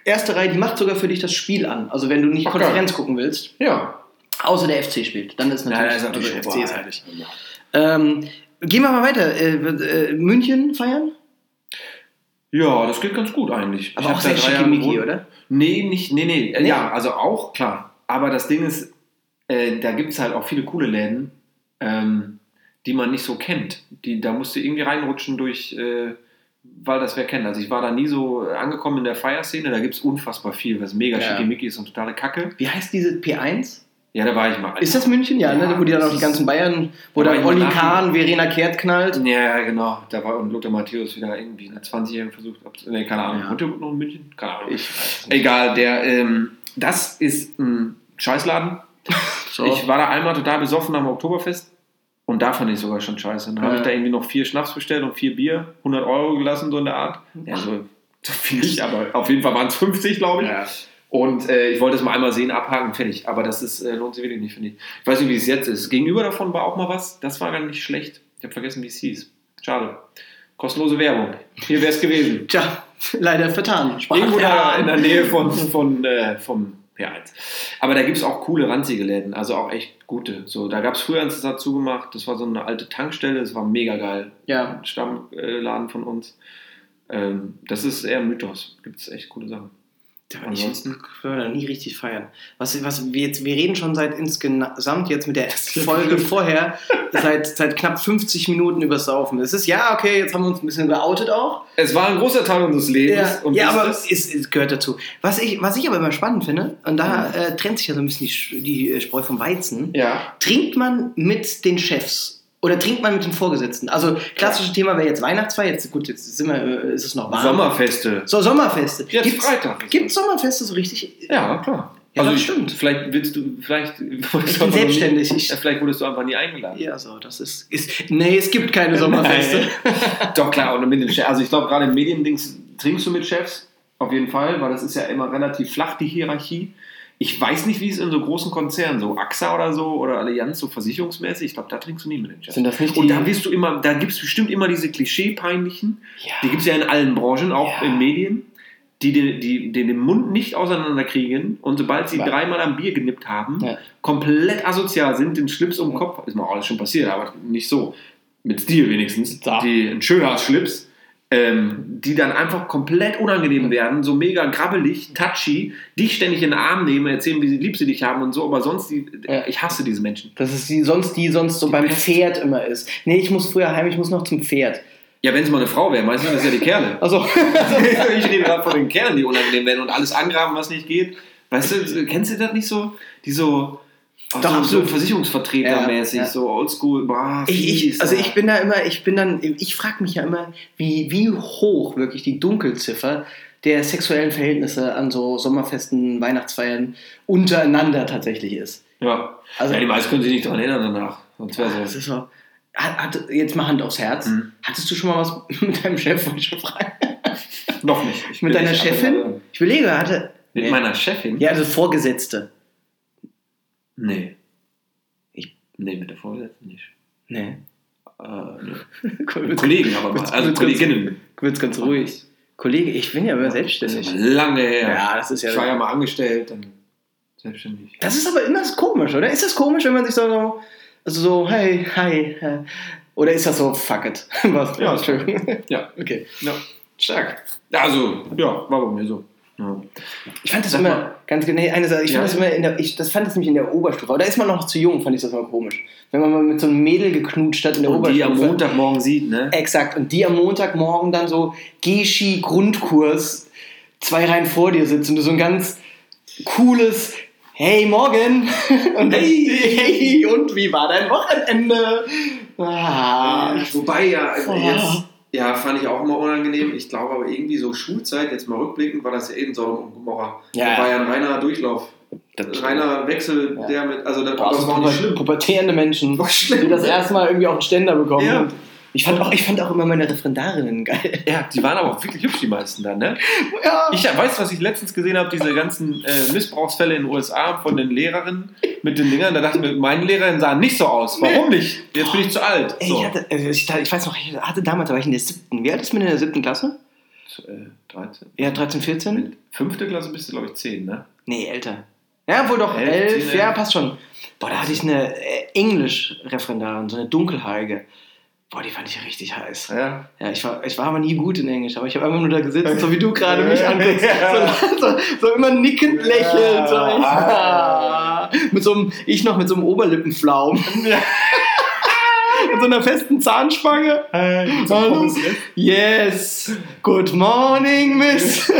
Speaker 2: Erste Reihe, die macht sogar für dich das Spiel an. Also wenn du nicht
Speaker 1: Ach, geil.
Speaker 2: Konferenz gucken willst,
Speaker 1: Ja.
Speaker 2: außer der FC spielt, dann ist natürlich, also FC ist heilig. Ähm, gehen wir mal weiter. Äh, äh, München feiern?
Speaker 1: Ja, das geht ganz gut eigentlich.
Speaker 2: Aber
Speaker 1: Ich
Speaker 2: auch
Speaker 1: hab
Speaker 2: sehr
Speaker 1: seit drei Jahren
Speaker 2: schickimicki,
Speaker 1: gewohnt.
Speaker 2: oder?
Speaker 1: Nee, nicht, nee, nee, Äh,
Speaker 2: Nee.
Speaker 1: Ja, also auch, klar. Aber das Ding ist, äh, da gibt es halt auch viele coole Läden, ähm, die man nicht so kennt. Die, da musst du irgendwie reinrutschen durch, äh, weil das wer kennt. Also ich war da nie so äh, angekommen in der Feierszene. Da gibt es unfassbar viel, was mega
Speaker 2: Ja.
Speaker 1: schickimicki ist und totale Kacke.
Speaker 2: Wie heißt diese P1?
Speaker 1: Ja, da war ich mal.
Speaker 2: Ist das München? Ja,
Speaker 1: Ja,
Speaker 2: ne? wo die dann
Speaker 1: das
Speaker 2: auch die
Speaker 1: ist-
Speaker 2: ganzen Bayern, wo
Speaker 1: Da war
Speaker 2: dann
Speaker 1: ich mal
Speaker 2: Olli
Speaker 1: nach-
Speaker 2: Kahn, Verena Kehrt knallt.
Speaker 1: Ja, ja, genau. Da war und Lothar Matthäus wieder irgendwie in der 20-Jährigen versucht. Ob, nee, keine Ahnung.
Speaker 2: Ja.
Speaker 1: Wohnt der noch in München? Keine Ahnung.
Speaker 2: Ich weiß
Speaker 1: Egal, der, ähm, das ist ein Scheißladen.
Speaker 2: So.
Speaker 1: Ich war da einmal total besoffen am Oktoberfest und da fand ich sogar schon scheiße. Dann habe
Speaker 2: Ja.
Speaker 1: ich da irgendwie noch vier Schnaps bestellt und vier Bier, 100 Euro gelassen, so in der Art.
Speaker 2: Hm.
Speaker 1: Ja, so, so viel nicht, aber auf jeden Fall waren es 50, glaube ich.
Speaker 2: Ja.
Speaker 1: Und äh, ich wollte es mal einmal sehen, abhaken, fertig. Aber das ist, äh, lohnt sich wirklich nicht, finde ich. Ich weiß nicht, wie es jetzt ist. Gegenüber davon war auch mal was. Das war gar nicht schlecht. Ich habe vergessen, wie es hieß. Schade. Kostenlose Werbung. Hier wäre es gewesen.
Speaker 2: Tja, leider vertan. Spaß.
Speaker 1: Irgendwo da in der Nähe von, von, äh, vom P1. Aber da gibt es auch coole, ranzige Läden, also auch echt gute. So, da gab es früher eins, das hat zugemacht, das war so eine alte Tankstelle, das war mega geil.
Speaker 2: Ja,
Speaker 1: Stammladen von uns. Ähm, das ist eher ein Mythos. Gibt es echt coole Sachen.
Speaker 2: ich
Speaker 1: Ansonsten?
Speaker 2: können wir da nie richtig feiern. Was, was wir, jetzt, wir reden schon seit insgesamt jetzt mit der Folge vorher seit, seit knapp 50 Minuten übers Saufen. Es ist ja okay, jetzt haben wir uns ein bisschen geoutet auch.
Speaker 1: Es war ein großer Teil unseres Lebens.
Speaker 2: Ja, ja
Speaker 1: wisst
Speaker 2: aber
Speaker 1: ihr-
Speaker 2: es, es, es gehört dazu. Was ich, was ich aber immer spannend finde, und da äh, trennt sich ja so ein bisschen die, Sch- die äh, Spreu vom Weizen,
Speaker 1: ja.
Speaker 2: trinkt man mit den Chefs oder trinkt man mit den Vorgesetzten? Also klassisches Thema wäre jetzt Weihnachtsfeier, jetzt gut, jetzt sind wir, äh, ist es noch warm.
Speaker 1: Sommerfeste.
Speaker 2: So, Sommerfeste.
Speaker 1: Jetzt
Speaker 2: Gibt's-
Speaker 1: Freitag.
Speaker 2: Gibt Sommerfeste so richtig?
Speaker 1: Ja, klar. Also
Speaker 2: Ja, das
Speaker 1: ich-
Speaker 2: stimmt.
Speaker 1: Vielleicht willst du, vielleicht. Ich
Speaker 2: bin selbstständig, ich-
Speaker 1: Nie, vielleicht wurdest du einfach nie eingeladen.
Speaker 2: Ja, so, das ist, ist. Nee, es gibt keine Sommerfeste.
Speaker 1: Doch, klar, und mit dem Chef. Also ich glaube, gerade im Mediendings trinkst du mit Chefs, auf jeden Fall, weil das ist ja immer relativ flach, die Hierarchie. Ich weiß nicht, wie es in so großen Konzernen, so AXA oder so oder Allianz, so versicherungsmäßig, ich glaube, da trinkst du nie mit den Chefs.
Speaker 2: Sind das nicht die,
Speaker 1: Und da wirst du immer, da gibt es bestimmt immer diese Klischee-peinlichen,
Speaker 2: ja.
Speaker 1: die gibt es ja in allen Branchen, auch
Speaker 2: Ja.
Speaker 1: in Medien, die, die, die, die den Mund nicht auseinanderkriegen und sobald sie
Speaker 2: Ja.
Speaker 1: dreimal am Bier genippt haben,
Speaker 2: Ja.
Speaker 1: komplett asozial sind, den Schlips um den
Speaker 2: Ja.
Speaker 1: Kopf, ist mir auch alles schon passiert, aber nicht so, mit Stil wenigstens,
Speaker 2: Da.
Speaker 1: die, ein schöner Schlips, ähm, die dann einfach komplett unangenehm werden, so mega grabbelig, touchy, dich ständig in den Arm nehmen, erzählen, wie sie lieb sie dich haben und so, aber sonst, die,
Speaker 2: Ja.
Speaker 1: ich hasse diese Menschen.
Speaker 2: Das ist die sonst, die sonst so beim
Speaker 1: Pest.
Speaker 2: Pferd immer ist. Nee, ich muss früher heim, ich muss noch zum Pferd.
Speaker 1: Ja, wenn es mal eine Frau wäre, meistens sind das ja die Kerle.
Speaker 2: <laughs> Also,
Speaker 1: <laughs> ich rede gerade von den Kerlen, die unangenehm werden und alles angraben, was nicht geht. Weißt du, kennst du das nicht so? Die so, auch
Speaker 2: Doch,
Speaker 1: so, so
Speaker 2: absolut.
Speaker 1: Versicherungsvertreter-mäßig,
Speaker 2: Ja, ja.
Speaker 1: so oldschool, boah,
Speaker 2: ich,
Speaker 1: fies,
Speaker 2: ich, also
Speaker 1: ja.
Speaker 2: ich bin da immer, ich bin dann, ich frage mich ja immer, wie, wie hoch wirklich die Dunkelziffer der sexuellen Verhältnisse an so Sommerfesten, Weihnachtsfeiern untereinander tatsächlich ist.
Speaker 1: Ja.
Speaker 2: Also-
Speaker 1: ja, die meisten können sich nicht daran erinnern danach. Sonst wäre
Speaker 2: Das
Speaker 1: so.
Speaker 2: ist so. Hat, hat, jetzt mal Hand aufs Herz.
Speaker 1: Mhm.
Speaker 2: Hattest du schon mal was <laughs> mit deinem Chef, wollte ich schon fragen?
Speaker 1: Noch nicht. Ich
Speaker 2: Also-
Speaker 1: bin
Speaker 2: Mit deiner
Speaker 1: nicht
Speaker 2: Chefin?
Speaker 1: abgeladen.
Speaker 2: Ich überlege, hatte.
Speaker 1: Mit
Speaker 2: Nee.
Speaker 1: meiner Chefin?
Speaker 2: Ja, also Vorgesetzte.
Speaker 1: Nee.
Speaker 2: Ich-
Speaker 1: nee, mit der Vorgesetzten nicht.
Speaker 2: Nee.
Speaker 1: Äh, nee.
Speaker 2: Cool,
Speaker 1: Mit Kollegen aber mal.
Speaker 2: wird's-
Speaker 1: Also
Speaker 2: wird's-
Speaker 1: Kolleginnen.
Speaker 2: Wird's ganz ruhig. Kollege, ich bin ja immer
Speaker 1: Das ist
Speaker 2: selbstständig.
Speaker 1: aber lange her.
Speaker 2: Ja, das ist ja-
Speaker 1: Ich war ja mal angestellt, dann selbstständig.
Speaker 2: Das ist aber immer komisch, oder? Ist das komisch, wenn man sich so, so, also so hey, hi, äh, oder ist das so, fuck it? <laughs> Was,
Speaker 1: Ja,
Speaker 2: was schön.
Speaker 1: Ja.
Speaker 2: Okay.
Speaker 1: ja.
Speaker 2: Stark.
Speaker 1: Also, ja, war bei mir so. Ja.
Speaker 2: Ich fand das
Speaker 1: Sag
Speaker 2: immer
Speaker 1: mal.
Speaker 2: ganz genau. Nee, eine Sache, ich
Speaker 1: Ja.
Speaker 2: fand das immer in der, ich, das fand das nämlich in der Oberstufe. Aber da ist man noch zu jung, fand ich das immer komisch. Wenn man mal mit so einem Mädel geknutscht hat in der
Speaker 1: Und
Speaker 2: Oberstufe.
Speaker 1: die am Montagmorgen sieht, ne?
Speaker 2: Exakt. Und die am Montagmorgen dann so Geschi-Grundkurs zwei Reihen vor dir sitzt und du so ein ganz cooles Hey, morgen! <laughs> Und hey, hey, und wie war dein Wochenende? Ah.
Speaker 4: Ich- Wobei ja, also
Speaker 2: Boah.
Speaker 4: jetzt, ja, fand ich auch immer unangenehm. Ich glaube aber irgendwie so Schulzeit, jetzt mal rückblickend, war das ja eben Sodom und Gomorra.
Speaker 2: Ja,
Speaker 4: Das war
Speaker 2: ja.
Speaker 4: ja ein reiner Durchlauf. reiner Wechsel,
Speaker 2: Ja.
Speaker 4: der mit, also das,
Speaker 2: Boah,
Speaker 4: aber
Speaker 2: das
Speaker 4: das war nicht
Speaker 2: waren
Speaker 4: schlimm.
Speaker 2: pubertierende Menschen,
Speaker 4: War schlimm.
Speaker 2: die das erste Mal irgendwie auf den Ständer bekommen.
Speaker 4: Ja.
Speaker 2: Und ich, fand auch, ich fand auch immer meine Referendarinnen geil.
Speaker 1: Ja, die waren aber auch wirklich hübsch, die meisten dann, ne?
Speaker 2: Ja.
Speaker 1: Ich weiß, was ich letztens gesehen habe, diese ganzen äh, Missbrauchsfälle in den USA von den Lehrerinnen mit den Dingern. Da dachte ich mir, meine Lehrerinnen sahen nicht so aus. Warum nicht? Jetzt bin ich zu alt.
Speaker 2: Ey,
Speaker 1: So.
Speaker 2: ich, hatte, also ich, ich weiß noch, ich hatte damals, da war ich in der siebten. Wie alt ist man in der siebten Klasse?
Speaker 1: äh, 13.
Speaker 2: Ja, 13, 14?
Speaker 1: Mit fünfte Klasse bist du, glaube ich, 10, ne?
Speaker 2: Nee, älter. Ja, wohl doch,
Speaker 1: Elf,
Speaker 2: elf,
Speaker 1: zehn,
Speaker 2: ja,
Speaker 1: elf.
Speaker 2: passt schon. Boah, da hatte ich eine äh, Englisch-Referendarin, so eine dunkelhaarige. Boah, die fand ich richtig heiß.
Speaker 1: Ah, Ja.
Speaker 2: Ja, ich war, ich war aber nie gut in Englisch, aber ich habe einfach nur da gesessen, so wie du gerade mich
Speaker 1: Ja.
Speaker 2: anguckst. So, so, so immer nickend lächelnd. So,
Speaker 1: Ja.
Speaker 2: Mit so einem, ich noch mit so einem Oberlippenflaum. <laughs> mit so einer festen Zahnspange.
Speaker 1: Hey,
Speaker 2: so Pommes Yes, good morning, Miss.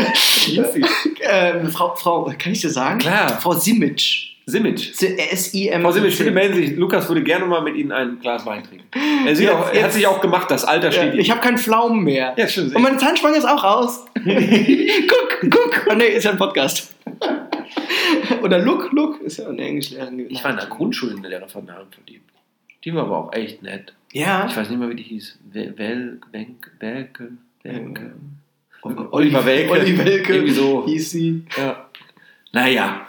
Speaker 2: ähm, Frau, Frau, kann ich dir sagen?
Speaker 1: Klar.
Speaker 2: Frau Simic.
Speaker 1: Simic.
Speaker 2: S-I-M.
Speaker 1: Frau Simic, bitte melden Sie sich. Lukas würde gerne mal mit Ihnen ein Glas Wein trinken. Er, sieht
Speaker 2: Jetzt-
Speaker 1: auch, er hat
Speaker 2: jetzt-
Speaker 1: sich auch gemacht, das Alter steht
Speaker 2: Ja,
Speaker 1: ihm.
Speaker 2: ich Oh habe keinen Pflaumen mehr.
Speaker 1: Ja, stimmt.
Speaker 2: Und meine Zahnspange ist auch
Speaker 1: <laughs>
Speaker 2: raus. guck, guck. Oh nee, ist ja ein Podcast. Oder Look, Look. Ist ja eine Englischlehrerin gewesen.
Speaker 1: Ich war in der Grundschule in der Referendarin verliebt. Die war aber auch echt nett. Ich
Speaker 2: Ja.
Speaker 1: weiß nicht mehr, wie die hieß. Wel, Wel, Wenk, Welke, Welke.
Speaker 2: Oliver Olli Welke.
Speaker 1: Irgendwie so.
Speaker 2: Hieß sie.
Speaker 1: Ja. Naja,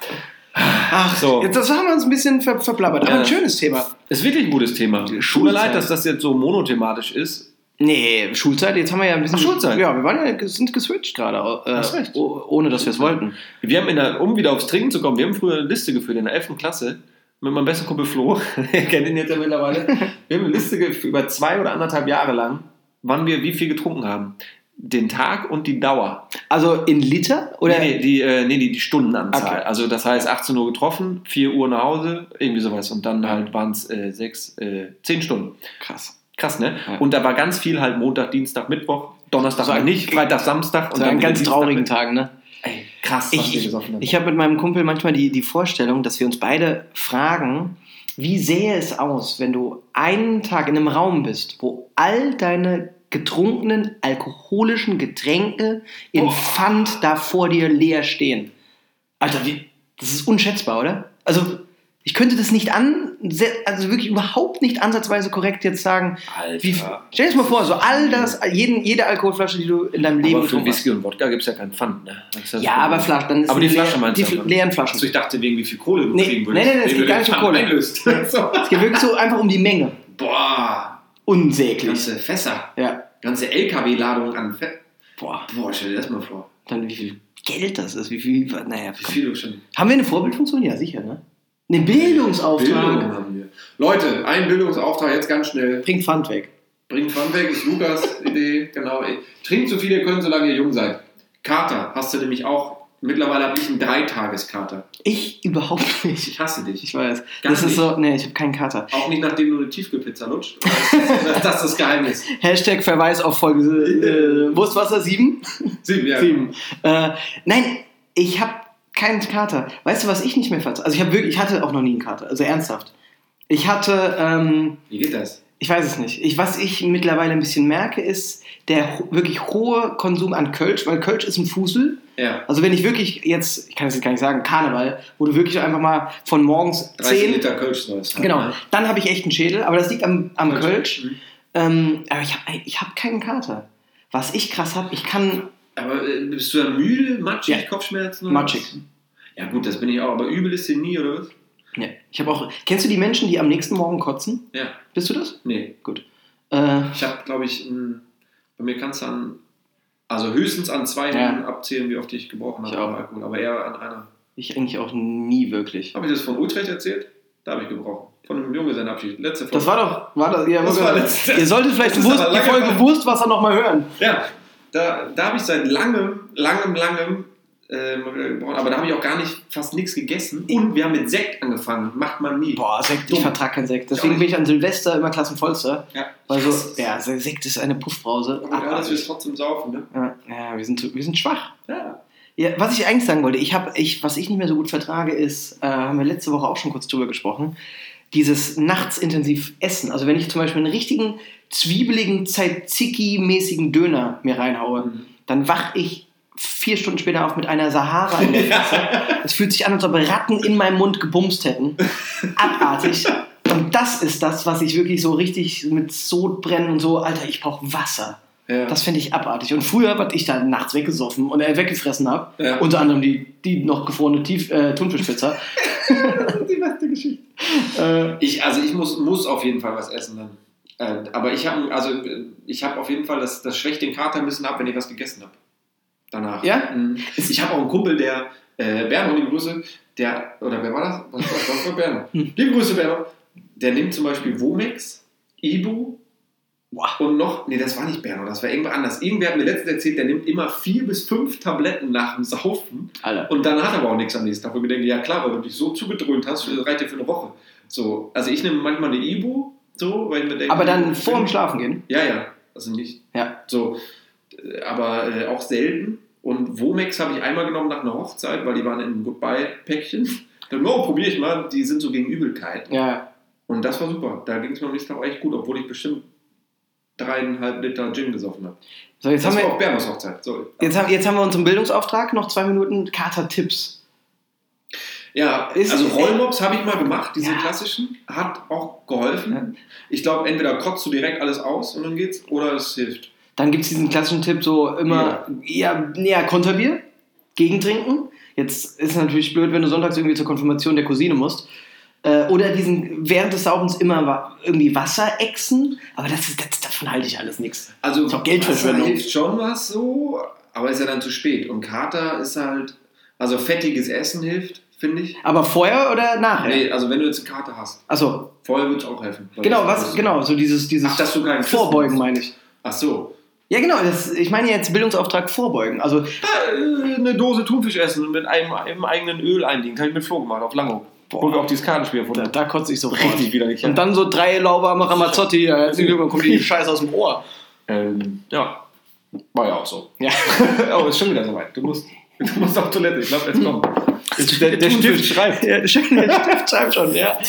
Speaker 2: Ach,
Speaker 1: so.
Speaker 2: Jetzt, das haben wir uns ein bisschen ver verplappert. Aber
Speaker 1: Ja.
Speaker 2: ein schönes Thema.
Speaker 1: ist wirklich ein gutes Thema. Tut mir
Speaker 2: Schulzeit.
Speaker 1: leid, dass das jetzt so monothematisch ist.
Speaker 2: Nee, Schulzeit. Jetzt haben wir ja ein bisschen.
Speaker 1: Ach, Schulzeit.
Speaker 2: Ja, wir waren ja, sind geswitcht gerade. Äh,
Speaker 1: Hast recht.
Speaker 2: oh- Ohne, dass wir es wollten.
Speaker 1: Wir haben in der, um wieder aufs Trinken zu kommen, wir haben früher eine Liste geführt in der 11. Klasse mit meinem besten Kumpel Flo. <laughs> Er kennt ihn jetzt ja mittlerweile. Wir haben eine Liste geführt über zwei oder anderthalb Jahre lang, wann wir wie viel getrunken haben. Den Tag und die Dauer.
Speaker 2: Also in Liter? Oder?
Speaker 1: nee, nee, die, äh, nee, die, die Stundenanzahl.
Speaker 2: Okay.
Speaker 1: Also das heißt 18 Uhr getroffen, 4 Uhr nach Hause, irgendwie sowas. Und dann halt waren es äh, sechs, äh, zehn Stunden.
Speaker 2: Krass.
Speaker 1: Krass, ne?
Speaker 2: Ja.
Speaker 1: Und da war ganz viel halt Montag, Dienstag, Mittwoch, Donnerstag
Speaker 2: So
Speaker 1: mal
Speaker 2: ein-
Speaker 1: nicht, Freitag, Samstag
Speaker 2: Und so an
Speaker 1: wieder
Speaker 2: ganz
Speaker 1: Dienstag
Speaker 2: traurigen
Speaker 1: mit-
Speaker 2: Tagen, ne?
Speaker 1: Ey, krass, was
Speaker 2: Ich,
Speaker 1: wir
Speaker 2: ich,
Speaker 1: gesoffen haben.
Speaker 2: ich habe mit meinem Kumpel manchmal die, die Vorstellung, dass wir uns beide fragen, wie sähe es aus, wenn du einen Tag in einem Raum bist, wo all deine getrunkenen alkoholischen Getränke in
Speaker 1: Oh.
Speaker 2: Pfand da vor dir leer stehen. Alter, wie, das ist unschätzbar, oder? Also, Ich könnte das nicht an, also wirklich überhaupt nicht ansatzweise korrekt jetzt sagen.
Speaker 5: Alter.
Speaker 2: Wie, stell dir das mal vor, so all das, jeden, jede Alkoholflasche, die du in deinem Leben
Speaker 5: aber für
Speaker 2: getrunken hast.
Speaker 5: Whisky und Wodka gibt es ja keinen Pfand, ne? Das ist das
Speaker 2: Ja,
Speaker 5: Problem.
Speaker 2: aber Flaschen, dann ist
Speaker 5: Aber
Speaker 2: eine
Speaker 5: die
Speaker 2: leer-
Speaker 5: Flaschen meinst
Speaker 2: die
Speaker 5: du
Speaker 2: Fl-
Speaker 5: aber.
Speaker 2: leeren Flaschen.
Speaker 5: Also ich dachte, wegen wie viel Kohle du
Speaker 2: Nee,
Speaker 5: kriegen
Speaker 2: nee,
Speaker 5: würdest.
Speaker 2: nee, es
Speaker 5: wenn
Speaker 2: geht
Speaker 5: du
Speaker 2: gar
Speaker 5: den
Speaker 2: nicht um
Speaker 5: Pfand
Speaker 1: <laughs>
Speaker 2: Kohle.
Speaker 5: einlöst. so.
Speaker 2: Es geht wirklich so einfach um die Menge.
Speaker 1: Boah,
Speaker 2: Unsäglich.
Speaker 1: ganze Fässer,
Speaker 2: Ja.
Speaker 1: ganze LKW-Ladung an Fett.
Speaker 2: Boah,
Speaker 1: Boah, stell dir das mal vor.
Speaker 2: dann wie viel Geld das ist, wie viel, naja.
Speaker 1: Wie
Speaker 2: komm.
Speaker 1: viel du schon.
Speaker 2: Haben wir eine Vorbildfunktion? Ja, sicher, ne? Einen Bildungsauftrag.
Speaker 1: Bildung haben wir. Leute, ein Bildungsauftrag jetzt ganz schnell.
Speaker 2: Bringt Pfand weg.
Speaker 1: Bringt Pfand weg, ist
Speaker 2: <laughs>
Speaker 1: Lukas Idee, genau. Trinkt so viel ihr könnt, solange ihr jung seid. Kater hast du nämlich auch. Mittlerweile habe ich einen Dreitageskater.
Speaker 2: Ich überhaupt <laughs> nicht.
Speaker 1: Ich hasse dich.
Speaker 2: Ich weiß.
Speaker 1: Gar
Speaker 2: das ist
Speaker 1: nicht.
Speaker 2: so, nee, ich habe keinen Kater.
Speaker 1: Auch nicht, nachdem du eine Tiefkühlpizza lutscht. <laughs> Das ist das Geheimnis.
Speaker 2: Hashtag Verweis auf Folge <laughs> äh, Wurstwasser 7.
Speaker 1: Sieben, ja.
Speaker 2: Sieben. Äh, nein, ich habe keinen Kater. Weißt du, was ich nicht mehr verzeih? Also ich habe wirklich, ich hatte auch noch nie einen Kater, also ernsthaft. Ich hatte, ähm,
Speaker 1: Wie geht das?
Speaker 2: ich weiß es nicht. Ich, was ich mittlerweile ein bisschen merke, ist der ho wirklich hohe Konsum an Kölsch, weil Kölsch ist ein Fusel.
Speaker 1: Ja.
Speaker 2: Also wenn ich wirklich jetzt, ich kann es jetzt gar nicht sagen, Karneval, wo du wirklich einfach mal von morgens
Speaker 1: 30
Speaker 2: 10
Speaker 1: Liter Kölsch soll es haben,
Speaker 2: Genau,
Speaker 1: ne?
Speaker 2: dann habe ich echt einen Schädel, aber das liegt am, am Kölsch.
Speaker 1: Mhm.
Speaker 2: Ähm, aber ich habe ich hab keinen Kater. Was ich krass habe, ich kann
Speaker 1: Aber äh, bist du dann müde, matschig,
Speaker 2: Ja.
Speaker 1: Kopfschmerzen? Oder
Speaker 2: matschig.
Speaker 1: Was? Ja, gut, das bin ich auch. Aber übel ist dir nie, oder was?
Speaker 2: Ja, ne, ich habe auch. Kennst du die Menschen, die am nächsten Morgen kotzen?
Speaker 1: Ja.
Speaker 2: Bist du das?
Speaker 1: Nee.
Speaker 2: Äh,
Speaker 1: Ich habe, glaube ich, ein, bei mir kannst du an, also höchstens an zwei
Speaker 2: Ja.
Speaker 1: Händen abzählen, wie oft ich gebrochen
Speaker 2: Ich
Speaker 1: habe
Speaker 2: auch.
Speaker 1: am Alkohol. Aber eher an einer.
Speaker 2: ich eigentlich auch nie wirklich.
Speaker 1: Habe ich das von Utrecht erzählt? Da habe ich gebrochen. Von einem Junggesellenabschied. Letzte Folge.
Speaker 2: Das war doch. War das, ja,
Speaker 1: Das
Speaker 2: war
Speaker 1: war
Speaker 2: das,
Speaker 1: letztes-
Speaker 2: ihr solltet vielleicht
Speaker 1: Das
Speaker 2: die
Speaker 1: ist
Speaker 2: Wurst,
Speaker 1: aber
Speaker 2: die
Speaker 1: lange
Speaker 2: Folge
Speaker 1: her.
Speaker 2: Wurstwasser nochmal hören.
Speaker 1: Ja, da, da habe ich seit langem, langem, langem, ähm, gebrochen. aber da habe ich auch gar nicht, fast nichts gegessen. Und wir haben mit Sekt angefangen. Macht man nie.
Speaker 2: Boah, Sekt, ich
Speaker 1: Dumm.
Speaker 2: vertrag keinen Sekt.
Speaker 1: Ich auch
Speaker 2: Deswegen
Speaker 1: nicht.
Speaker 2: bin ich an Silvester immer klassenvollster.
Speaker 1: Ja.
Speaker 2: Weil so,
Speaker 1: Yes.
Speaker 2: Also, ja, Sekt ist eine Puffbrause.
Speaker 1: Und Oh, ja, dass wir es
Speaker 2: Abartig.
Speaker 1: trotzdem saufen, ne?
Speaker 2: Ja, ja, wir sind, zu- wir sind schwach.
Speaker 1: Ja.
Speaker 2: Ja, was ich eigentlich sagen wollte, ich hab, ich, was ich nicht mehr so gut vertrage, ist, äh, haben wir letzte Woche auch schon kurz drüber gesprochen, dieses nachts intensiv Essen. Also wenn ich zum Beispiel einen richtigen zwiebeligen, Tzatziki-mäßigen Döner mir reinhaue,
Speaker 1: Mhm.
Speaker 2: dann wach ich vier Stunden später auf mit einer Sahara <laughs>
Speaker 1: <laughs>
Speaker 2: in der Fresse. Es fühlt sich an, als ob Ratten in meinem Mund gebumst hätten. Abartig. Und das ist das, was ich wirklich so richtig mit Sodbrennen und so, Alter, ich brauche Wasser.
Speaker 1: Ja.
Speaker 2: Das finde ich abartig. Und früher, was ich da nachts weggesoffen und äh, weggefressen habe,
Speaker 1: Ja.
Speaker 2: unter anderem die, die noch gefrorene Tief, äh, Thunfischpizza.
Speaker 1: <laughs> die beste Geschichte.
Speaker 2: äh,
Speaker 1: Ich, also ich muss, muss auf jeden Fall was essen dann. Äh, aber ich habe also äh, ich habe auf jeden Fall das, das schwächt den Kater ein bisschen ab, wenn ich was gegessen habe. Danach.
Speaker 2: Ja?
Speaker 1: Mhm. Ich habe auch einen Kumpel, der äh, Berno, liebe Grüße, der oder wer war das? Was war, was war Berno?
Speaker 2: Hm.
Speaker 1: Liebe Grüße Berno. Der nimmt zum Beispiel Womex, Ibu
Speaker 2: boah,
Speaker 1: und noch nee, das war nicht Berno, das war irgendwer anders. Irgendwer hat mir letztens erzählt, der nimmt immer vier bis fünf Tabletten nach dem Saufen.
Speaker 2: Alter.
Speaker 1: Und dann hat er aber auch nichts am nächsten Tag. Und ich denke, ja klar, weil du dich so zugedröhnt hast, das reicht dir für eine Woche. So, also ich nehme manchmal eine Ibu, so, weil ich mir denke.
Speaker 2: Aber dann vorm Schlafen gehen.
Speaker 1: Ja, ja, also nicht.
Speaker 2: Ja.
Speaker 1: So, äh, aber äh, auch selten. Und Womex habe ich einmal genommen nach einer Hochzeit, weil die waren in einem Goodbye-Päckchen. <laughs> Dann, oh, probiere ich mal, die sind so gegen Übelkeit.
Speaker 2: Ja.
Speaker 1: Und das war super. Da ging es mir am nächsten Tag auch echt gut, obwohl ich bestimmt dreieinhalb Liter Gin gesoffen habe.
Speaker 2: So, jetzt
Speaker 1: Das
Speaker 2: haben,
Speaker 1: war
Speaker 2: wir,
Speaker 1: auch Berners Hochzeit. So.
Speaker 2: jetzt, haben, jetzt haben wir unseren Bildungsauftrag. Noch zwei Minuten Kater-Tipps.
Speaker 1: Ja,
Speaker 2: Ist-
Speaker 1: also Rollmops habe ich mal gemacht, diese
Speaker 2: Ja.
Speaker 1: klassischen. Hat auch geholfen. Ich glaube, entweder kotzt du direkt alles aus und dann geht's, oder es hilft.
Speaker 2: Dann gibt es diesen klassischen Tipp, so immer eher, eher Konterbier, gegentrinken. Jetzt ist natürlich blöd, wenn du sonntags irgendwie zur Konfirmation der Cousine musst. Äh, oder diesen während des Saufens immer wa irgendwie Wasser exen. Aber das ist, das, davon halte ich alles nichts.
Speaker 1: Also
Speaker 2: Ist auch Geldverschwendung.
Speaker 1: Wasser hilft schon was so, aber ist ja dann zu spät. Und Kater ist halt, also fettiges Essen hilft, finde ich.
Speaker 2: Aber vorher oder nachher?
Speaker 1: Nee, also wenn du jetzt einen Kater hast,
Speaker 2: Achso,
Speaker 1: vorher wird es auch helfen. Weil
Speaker 2: genau,
Speaker 1: das-
Speaker 2: was,
Speaker 1: das-
Speaker 2: genau, so dieses, dieses
Speaker 1: Ach, dass du keinen Kissen
Speaker 2: Vorbeugen
Speaker 1: hast.
Speaker 2: meine ich.
Speaker 1: Ach so.
Speaker 2: Ja, genau, das, ich meine jetzt Bildungsauftrag Vorbeugen. Also,
Speaker 5: Äh, Eine Dose Thunfisch essen und mit einem, einem eigenen Öl einlegen. Kann ich mit Flo gemacht auf Langhoff. Wo wir auch dieses Kartenspiel
Speaker 2: da,
Speaker 5: erfunden haben.
Speaker 2: da kotze ich so
Speaker 5: Richtig widerlich, ja.
Speaker 2: Und dann so drei lauwarme Ramazzotti, ja, herzlichen Glückwunsch, kommt die Scheiße aus dem Ohr.
Speaker 5: Ähm, ja. War ja auch so.
Speaker 1: <laughs>
Speaker 2: Ja.
Speaker 5: oh, ist schon wieder soweit. Du musst, du musst auf Toilette. Ich glaube,
Speaker 2: <laughs>
Speaker 5: jetzt kommt. Der, der
Speaker 2: Thunfisch.
Speaker 5: Stift
Speaker 2: <laughs>
Speaker 5: schreibt.
Speaker 2: Ja, der Stift schreibt schon, ja.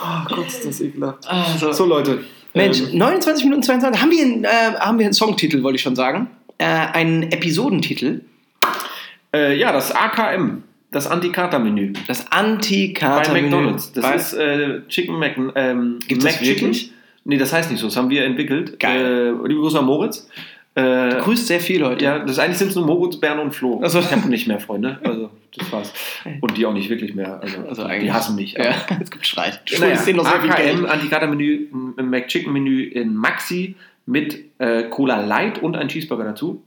Speaker 2: Ah,
Speaker 5: Gott, ist das ekelhaft.
Speaker 1: Ah,
Speaker 2: Also,
Speaker 5: So, Leute.
Speaker 2: Mensch,
Speaker 5: Ähm,
Speaker 2: 29 Minuten 22. Haben wir, einen, äh, haben wir einen Songtitel, wollte ich schon sagen. Äh, einen Episodentitel.
Speaker 5: äh, ja, das AKM.
Speaker 1: Das Anti-Kater-Menü.
Speaker 2: Das Anti-Kater.
Speaker 1: Bei McDonalds. Das ist äh, Chicken Mac. Ähm,
Speaker 2: Gibt's das
Speaker 1: McChicken?
Speaker 2: wirklich?
Speaker 1: Nee, das heißt nicht so. Das haben wir entwickelt.
Speaker 2: Geil.
Speaker 1: Äh, liebe Grüße an Moritz. Äh,
Speaker 2: grüßt sehr viel heute.
Speaker 1: ja, das eigentlich sind es nur Moritz, Bern und Flo.
Speaker 2: Also-
Speaker 1: Ich habe nicht mehr Freunde. Also, das
Speaker 2: <laughs>
Speaker 1: war's. Und die auch nicht wirklich mehr. Also,
Speaker 2: Also
Speaker 1: die
Speaker 2: eigentlich-
Speaker 1: hassen mich. aber-
Speaker 2: Ja,
Speaker 1: <laughs>
Speaker 2: es gibt Streit. Du
Speaker 1: Naja,
Speaker 2: schuldest denen noch sehr viel
Speaker 1: AKM,
Speaker 2: Geld.
Speaker 1: Anti-Kater-Menü, ein McChicken-Menü in Maxi mit äh, Cola Light und einen Cheeseburger dazu.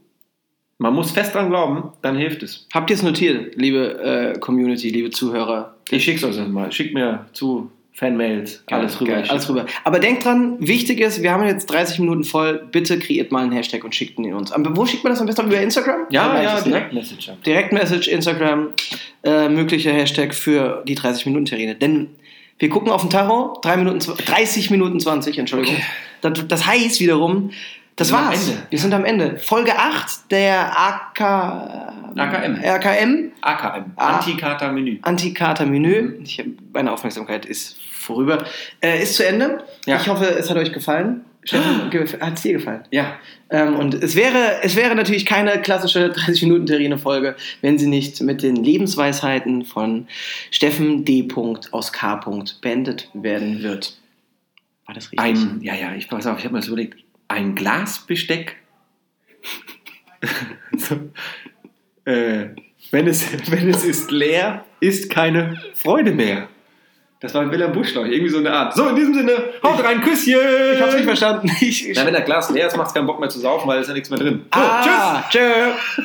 Speaker 1: Man muss fest dran glauben, dann hilft es.
Speaker 2: Habt ihr es notiert, liebe äh, Community, liebe Zuhörer?
Speaker 1: Ich schick's euch jetzt mal. Schickt mir zu Fanmails, alles rüber.
Speaker 2: Geil, Also,
Speaker 1: Ich
Speaker 2: alles rüber. Aber denkt dran, wichtig ist, wir haben jetzt 30 Minuten voll. Bitte kreiert mal einen Hashtag und schickt ihn in uns. Aber wo schickt man das am besten? Über Instagram? Am
Speaker 1: Ja, ja,
Speaker 2: leichtesten, ne?
Speaker 1: direkt Messenger.
Speaker 2: Direktmessage, Instagram, äh, möglicher Hashtag für die 30-Minuten-Terrine. Denn wir gucken auf den Tarot, drei Minuten, zw- 30 Minuten 20, Entschuldigung. Das, das heißt wiederum, das
Speaker 1: Wir sind am
Speaker 2: war's.
Speaker 1: Ende.
Speaker 2: Wir sind am Ende. Folge 8 der AK,
Speaker 1: AKM.
Speaker 2: RKM,
Speaker 1: AKM,
Speaker 2: Ah.
Speaker 1: Anti-Kater-Menü. Mhm.
Speaker 2: Antikater-Menü. Ich hab- Meine Aufmerksamkeit ist vorüber. Äh, ist zu Ende.
Speaker 1: Ja.
Speaker 2: Ich hoffe, es hat euch gefallen.
Speaker 1: <gasps>
Speaker 2: Steffen, hat es dir gefallen?
Speaker 1: Ja,
Speaker 2: Ähm, und es wäre, es wäre natürlich keine klassische 30-Minuten-Terrine-Folge, wenn sie nicht mit den Lebensweisheiten von Steffen D. aus K. beendet werden wird. War das richtig?
Speaker 1: ein, ja, ja, ich pass auf, ich habe mir das überlegt. Ein Glasbesteck. <laughs> so, äh, wenn, es, <laughs> wenn es ist leer, ist keine Freude mehr. Das war Wilhelm Busch, glaub ich, irgendwie so eine Art. So, in diesem Sinne, haut rein, Küsschen!
Speaker 2: Ich hab's nicht verstanden. Ah! Ich, ich,
Speaker 1: Na, wenn das Glas leer ist, macht es keinen Bock mehr zu saufen, weil da ist ja nichts mehr drin. So,
Speaker 2: ah, tschüss.